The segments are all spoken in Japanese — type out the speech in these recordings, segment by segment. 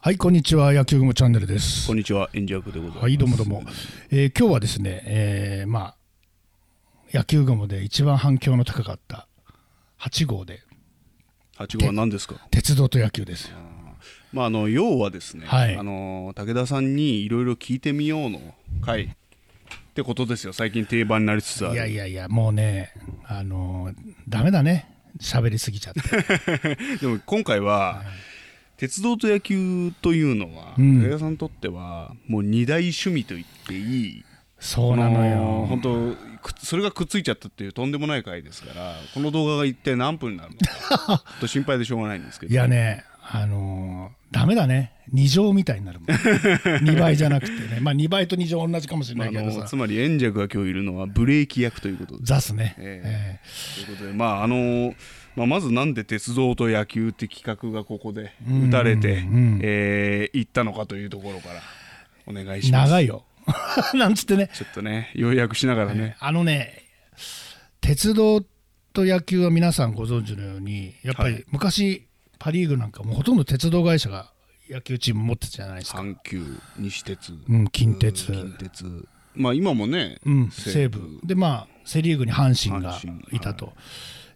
はい、こんにちは。野球グムチャンネルですこん。にちは、演者役でございます。はい、どうもどうも。えー今日はですね、えーまあ、野球グムで一番反響の高かった8号で、八号は何ですか。鉄道と野球ですよ。まあ、あの、要はですね、はいあの、武田さんにいろいろ聞いてみようの回。ってことですよ。最近定番になりつつある。いやいやいや、もうね、あのー、ダメだね。喋りすぎちゃって。 でも、今回は。鉄道と野球というのは、うん武田さんにとってはもう二大趣味と言っていいそうなのこよ。本当くっそれがくっついちゃったっていうとんでもない回ですからこの動画が一体何分になるの かちょっと心配でしょうがないんですけどいやね、あのーダメだね。2乗みたいにな るもん。2倍じゃなくてね。まあ2倍と2乗同じかもしれまあないけあどさの。つまり円弱が今日いるのはブレーキ役ということですザスね。ええーということで、まああのまあ、まずなんで鉄道と野球って企画がここで打たれて、えー行ったのかというところからお願いします。長いよ。 なんつってね、ちょっとね、要約しながらね、あのね、鉄道と野球は皆さんご存知のように、やっぱはり昔、パ・リーグなんかもうほとんど鉄道会社が野球チーム持ってたじゃないですか。阪急、西鉄、うん、近鉄、近鉄、まあ今もね、うん、西武。で、まあ、セ・リーグに阪神が阪神いたと。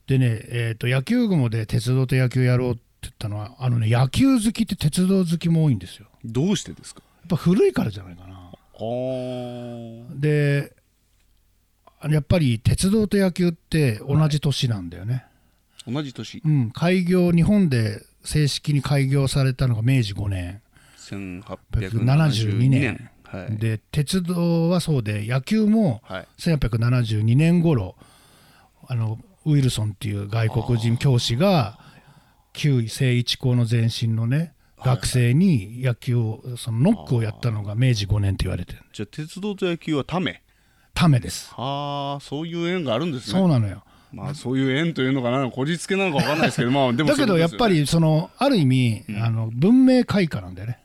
でね、えー、と野球雲で鉄道と野球やろうって言ったのは、あのね、野球好きって鉄道好きも多いんですよ。どうしてですかやっぱ古いからじゃないかな。あーであのやっぱり鉄道と野球って同じ年なんだよね、同じ年、うん開業日本で正式に開業されたのが明治5年、 1872 72年年。はいで鉄道はそうで野球もはい1872年頃あのウィルソンっていう外国人教師が旧聖一校の前身のね学生に野球をそのノックをやったのが明治5年って言われてるじゃあ鉄道と野球はためためですああそういう縁があるんですねそうなのよまあそういう縁というのかな、こじつけなのかわかんないですけど、まあでもだけどやっぱり。りそのある意味、あの文明開化なんだよね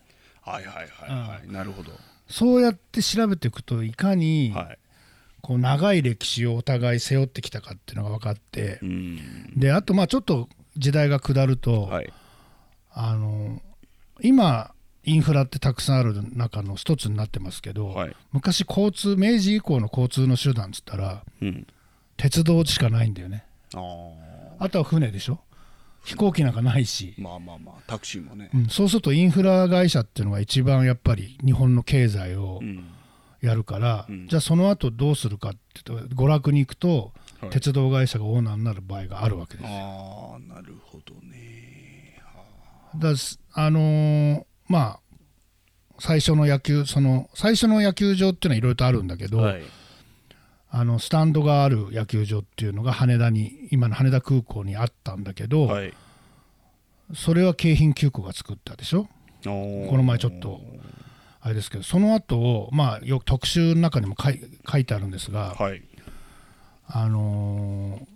はいはいはいはい、なるほど。そうやって調べていくといかに、はい。こう長い歴史をお互い背負ってきたかっていうのが分かってう、ん。であとまあちょっと時代が下ると、はい。あの今インフラってたくさんある中の一つになってますけど、はい昔交通明治以降の交通の手段っつったらうん。鉄道しかないんだよねああ。あとは船でしょ飛行機なんかないし、まあまあまあ、タクシーもねう。ん、そうするとインフラ会社っていうのが一番やっぱり日本の経済をうん。やるから、うんじゃあその後どうするかって言うと娯楽に行くと、はい鉄道会社がオーナーになる場合があるわけです。ああ、なるほどね。だすあのーまあ最初の野球その最初の野球場っていうのはいろいろとあるんだけど、はい。あのスタンドがある野球場っていうのが羽田に今の羽田空港にあったんだけど、はい。それは京浜急行が作ったでしょここの前ちょっとあれですけどその後まあよく特集の中にも書い書いてあるんですが、はい。あのー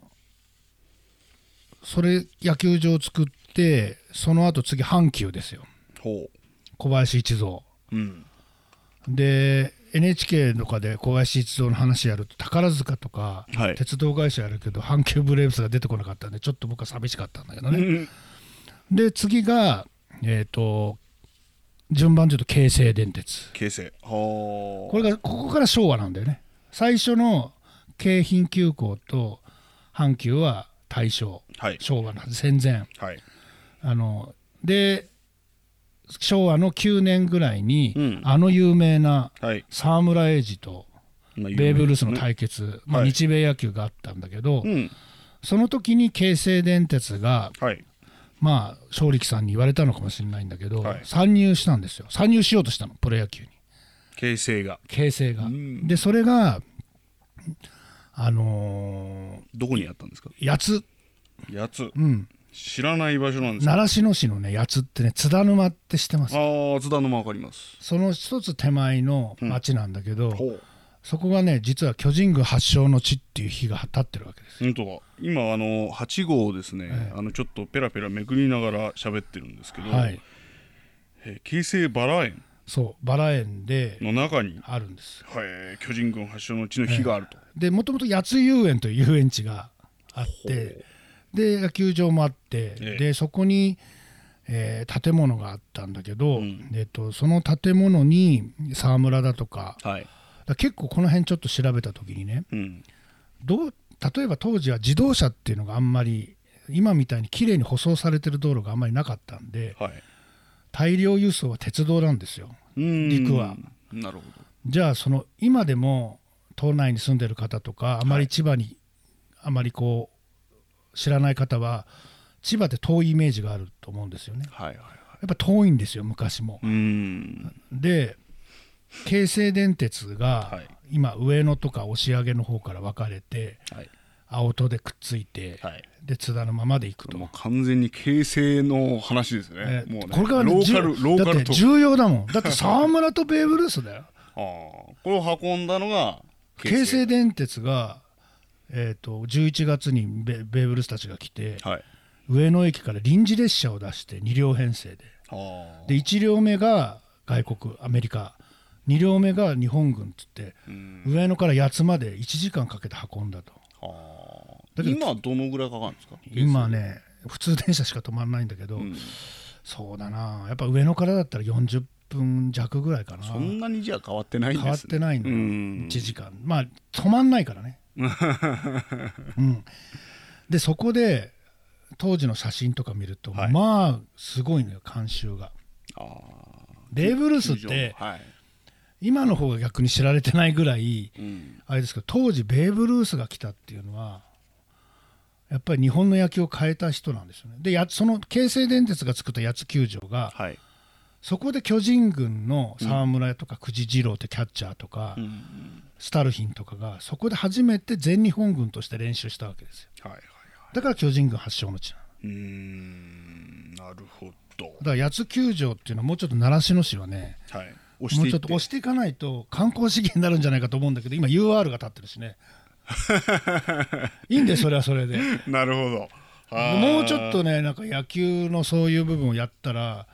それ野球場を作ってその後次阪急ですよほ小林一三う。うん。で NHK とかで小林一三の話やると宝塚とか、はい鉄道会社やるけど阪急ブレーブスが出てこなかったんでちょっと僕は寂しかったんだけどね、で次がえっ、と順番で言うと京成電鉄形成。ほう。これがここから昭和なんだよね最初の京浜急行と阪急は大正はい。昭和なんです戦前はい。あので昭和の9年ぐらいに、うんあの有名なはい。沢村栄治とベベーブ・ルースの対決、まあ、はい日米野球があったんだけど、うん。その時に京成電鉄がはい。まあ勝力さんに言われたのかもしれないんだけど、はい参入したんですよ参入しようとしたのプロ野球に形成が。京成が。うんでそれがあのどこにあったんですかー八津、やつ。うん、知らない場所なんですか習志野市のね八津ってね津田沼って知ってますああ、津田沼わかります。その一つ手前の町なんだけど、ほう。そこがね実は巨人軍発祥の地っていう日が立ってるわけですよ本当だ今あの8号をですね、あのちょっとペラペラめくりながら喋ってるんですけど、はいえー京成バラ園そうバラ園での中に、あるんですはい、巨人軍発祥の地の火があると、でもともと八津遊園という遊園地があってで野球場もあって、ええでそこにえー建物があったんだけど、うんえっとその建物に沢村だとかはい。だから結構この辺ちょっと調べた時にねうん。どう例えば当時は自動車っていうのがあんまり今みたいに綺麗に舗装されてる道路があんまりなかったんではい。大量輸送は鉄道なんですよ。陸陸は。なるほじゃあその今でも島内に住んでる方とかあまり千葉に、あまりこう知らない方は千葉って遠いイメージがあると思うんですよねど。はいはいはい。やっぱ遠いんですよ昔もう、ん。で京成電鉄はがい今上野とか押上の方から分かれてはい。青戸でくっついて、はい。で津田のままで行くと、もう完全に形成の話ですねえ。もうねこれがローカル、じゅローカだっルてと。重要だもんだって沢村とベーブ・ルースだよああー。これを運んだのが、京成電鉄が、えー、と11月にベベーブ・ルースたちが来て、はい。上野駅から臨時列車を出して2両編成でああ。で1両目が外国アメリカ2両目が日本軍っつって、うん上野から八つまで1時間かけて運んだとあだけあ。ど今はどのぐらいかかるんですか今ね普通電車しか止まらないんだけど、うんそうだなやっぱ上野からだったら40分弱ぐらいかなそんなにじゃあ変わってないんです変ねわってないんだよ、う1ん時間まあ止まんないから ね、うん、でそこで当時の写真とか見ると、はいまあすごいのよ監修があベーブ・ルーあ。スってはい。今の方が逆に知られてないぐらいうん。あれですけど当時ベーブ・ルースが来たっていうのはやっぱり日本の野球を変えた人なんですよねでやその京成電鉄が作った八つ球場がはい。そこで巨人軍の沢村とか久慈二郎ってキャッチャーとか、うん。スタルヒンとかがそこで初めて全日本軍として練習したわけですよはいはいはい。だから巨人軍発祥の地なのうーん。なるほど。だから八つ球場っていうのはもうちょっと習志野市はねはい。押しもてういちょっと押していかないと観光資源になるんじゃないかと思うんだけど今 UR が立ってるし ねいいんでそれはそれでなるほど。あーもうちょっとねなんか野球のそういう部分をやったら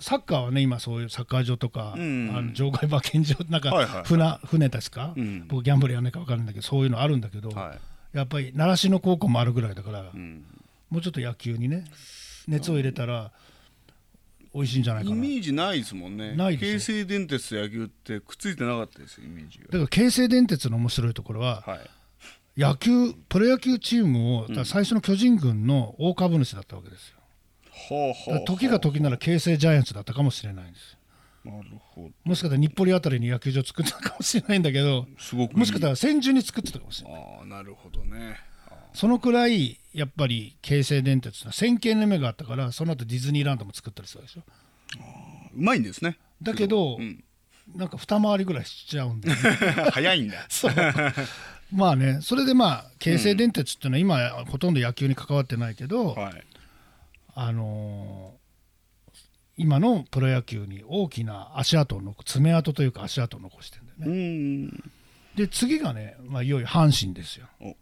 サッカーはね今そういうサッカー場とか、うんあの場外馬券場なんかはいはいはい船,、船ですか、うん僕ギャンブルやんないか分かるんないけどそういうのあるんだけど、はやっぱり習志野高校もあるぐらいだから、い。うん。もうちょっと野球にね熱を入れたら美味しいんじゃないかイなメだージないですもんね。ない京です成電鉄と野球ってくっついてなかったですよイメージから京成電鉄の面白いところはが。はい。野球プロ野球チームを、だから最初の巨人軍の大株主だったわけですよほうほだからうほう。時が時なら京成ジャイアンツだったかもしれないんですなるほもしかしたら日暮里あたりに野球場作ってたかもしれないんだけどど。すごくいい。もしかしたら千住に作ってたかもしれないああなるほどね。そのくらいやっぱり京成電鉄は先見の目があったからその後ディズニーランドも作ったりするでしょうまいんですね。だけど、なんか二回りぐらいしちゃうんで、ね、 早いんだ。そう まあねそれでまあ京成電鉄っていうのは今ほとんど野球に関わってないけど、はい。あのー今のプロ野球に大きな足跡を残爪痕というか足跡を残してるんだよねう。ーん。で次がね、まあ、いよいよ阪神ですよ。お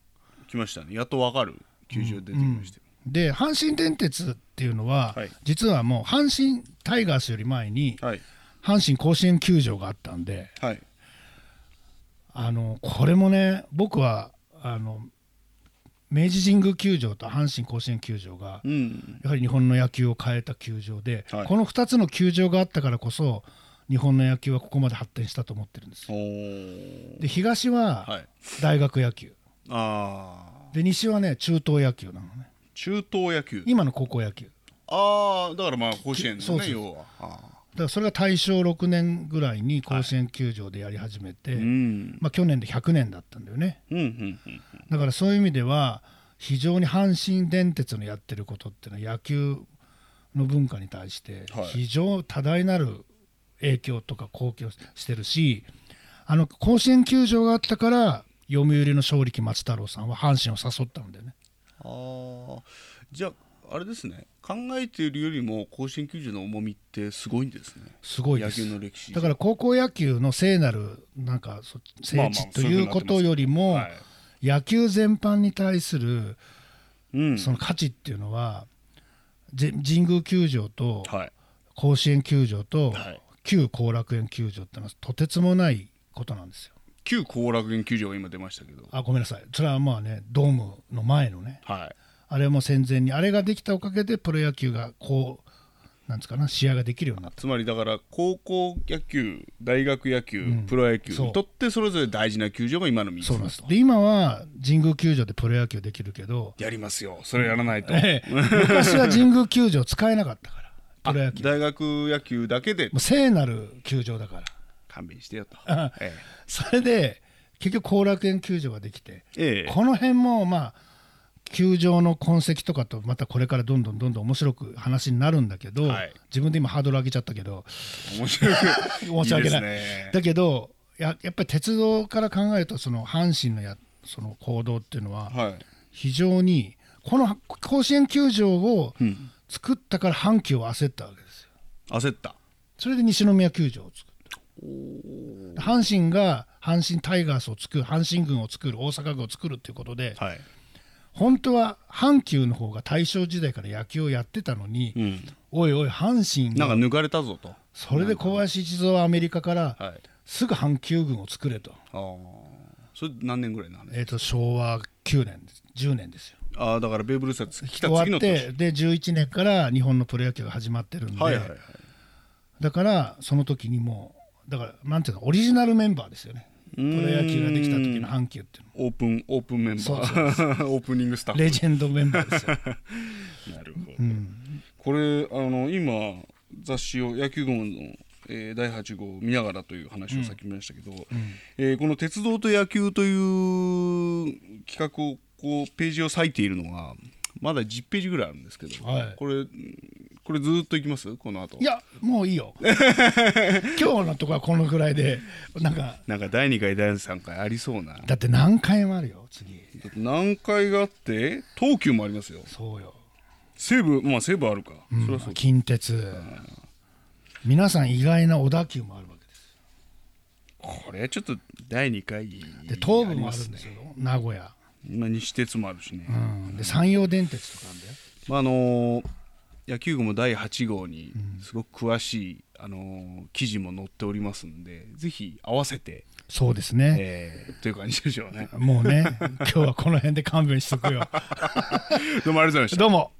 来ましたね。やっとわかる球場出てきましたよ。で阪神電鉄っていうのは、はい実はもう阪神タイガースより前にはい阪神甲子園球場があったんではいあのこれもね僕はあの明治神宮球場と阪神甲子園球場がうんやはり日本の野球を変えた球場で、はいこの2つの球場があったからこそ日本の野球はここまで発展したと思ってるんですよおーで東ははい大学野球、ああで西はね中東野球なのね中東野球今の高校野球だああだからまあ甲子園そのうそねう要はあからそれが大正6年ぐらいに甲子園球場でやり始めて、ーうんまあ、去年で100年だったんだよねうんうんうんだからそういう意味では非常に阪神電鉄のやってることっていうのは野球の文化に対してはい非常多大なる影響とか貢献をしてるしあの甲子園球場があったから読売の勝力松太郎さんは阪神を誘ったんだよね。ああじゃああれですね考えているよりも甲子園球場の重みってすごいんですねすごいで野す球の歴史だから高校野球の聖なるなんかそ聖まあま地あということよりもはい野球全般に対するうんその価値っていうのはぜ神宮球場とはい甲子園球場とはい旧後楽園球場ってのはとてつもないことなんですよ。旧後楽園球場が今出ましたけどあごめんなさいそれはまあねドームの前のねはいあれも戦前にあれができたおかげでプロ野球がこうなんつうかな試合ができるようになったつまりだから高校野球大学野球、プロ野球そうにとってそれぞれ大事な球場が今の3つそうなんだですとで今は神宮球場でプロ野球できるけど、やりますよそれやらないと、え え昔は神宮球場使えなかったからプロ野球も大学野球だけでう聖なる球場だから勘弁してよと、あええそれで結局後楽園球場ができて、ええこの辺もまあ球場の痕跡とかとまたこれからどんどんどんどん面白く話になるんだけど、はい自分で今ハードル上げちゃったけど面白い 申し訳ないいですねだけどややっぱり鉄道から考えるとその阪神のやその行動っていうのははい非常にこの甲子園球場を作ったから阪急は焦ったわけですよ。焦ったそれで西宮球場を作った。阪神が阪神タイガースを作る阪神軍を作る大阪軍を作るということで、はい、本当は阪急の方が大正時代から野球をやってたのに、うん、おいおい阪神なんがか抜かれたぞとそれで小林一三はアメリカからはいすぐ阪急軍を作れと,、ああそれ何年ぐらいなのえー、と昭和9年です10年ですよ。ああだからベーブ・ルースが来た終次わのってで11年から日本のプロ野球が始まってるんで、はいはいはいだからその時にもうだからなんていうのオリジナルメンバーですよねプうローん野球ができた時の阪急っていうのオープンオープンメンバーそう オープニングスタッフレジェンドメンバー ですよなるほど、これあの今雑誌を野球軍の、えー第8号を見ながらという話をさっき見ましたけど、えーこの「鉄道と野球」という企画をこうページを割いているのがまだ10ページぐらいあるんですけど、はいこれうんこれずーっといきますこの後いやもういい よ今日のとこはこのぐらいでなんかなんか第2回第3回ありそうなだって何回もあるよ次何回があって東急もありますよそうよ、西武まあ西武あるか、それはそう近鉄皆さん意外な小田急もあるわけですこれちょっと第2回でで東部もあるんですよ名古屋、今西鉄もあるしね、うん、で山陽電鉄とかあるんだよまああのー野球部も第8号にすごく詳しい、あのー記事も載っておりますんでぜひ合わせて、そうですね、えーという感じでしょうねもうね今日はこの辺で勘弁しとくよ どうもありがとうございましたどうも